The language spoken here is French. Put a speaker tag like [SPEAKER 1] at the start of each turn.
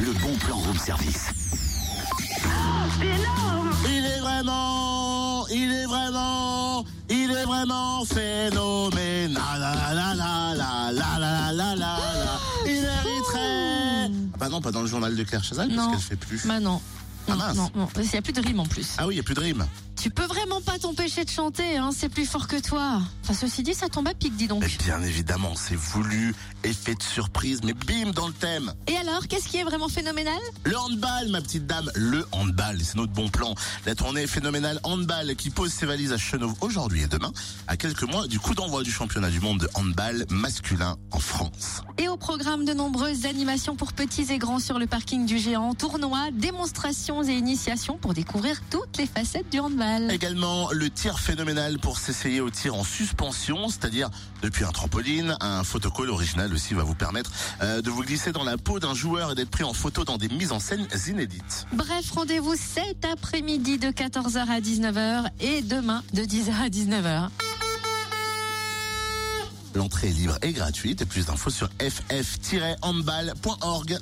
[SPEAKER 1] le bon plan room service.
[SPEAKER 2] Il est vraiment, il est vraiment, il est vraiment phénoménal. La la la la la la la la la. Il hériterait. Ah bah non, pas dans le journal de Claire Chazal, parce
[SPEAKER 3] Non.
[SPEAKER 2] qu'elle fait plus.
[SPEAKER 3] Bah non.
[SPEAKER 2] Ah,
[SPEAKER 3] Non,
[SPEAKER 2] mince.
[SPEAKER 3] non, non. Il n'y a plus de rime en plus.
[SPEAKER 2] Ah oui, il n'y a plus de rime.
[SPEAKER 3] Tu peux vraiment pas t'empêcher de chanter, hein, c'est plus fort que toi. Enfin, ceci dit, ça tombe à pic, dis donc.
[SPEAKER 2] Mais bien évidemment, c'est voulu, effet de surprise, mais bim dans le thème.
[SPEAKER 3] Et alors, qu'est-ce qui est vraiment phénoménal
[SPEAKER 2] Le handball, ma petite dame, le handball, c'est notre bon plan. La tournée phénoménale handball qui pose ses valises à Chenov aujourd'hui et demain, à quelques mois du coup d'envoi du championnat du monde de handball masculin en France.
[SPEAKER 3] Et au programme de nombreuses animations pour petits et grands sur le parking du géant, tournois, démonstrations et initiations pour découvrir toutes les facettes du handball.
[SPEAKER 2] Également le tir phénoménal pour s'essayer au tir en suspension, c'est-à-dire depuis un trampoline, un photocall original aussi va vous permettre euh, de vous glisser dans la peau d'un joueur et d'être pris en photo dans des mises en scène inédites.
[SPEAKER 3] Bref, rendez-vous cet après-midi de 14h à 19h et demain de 10h à 19h.
[SPEAKER 2] L'entrée est libre et gratuite et plus d'infos sur ff-handball.org.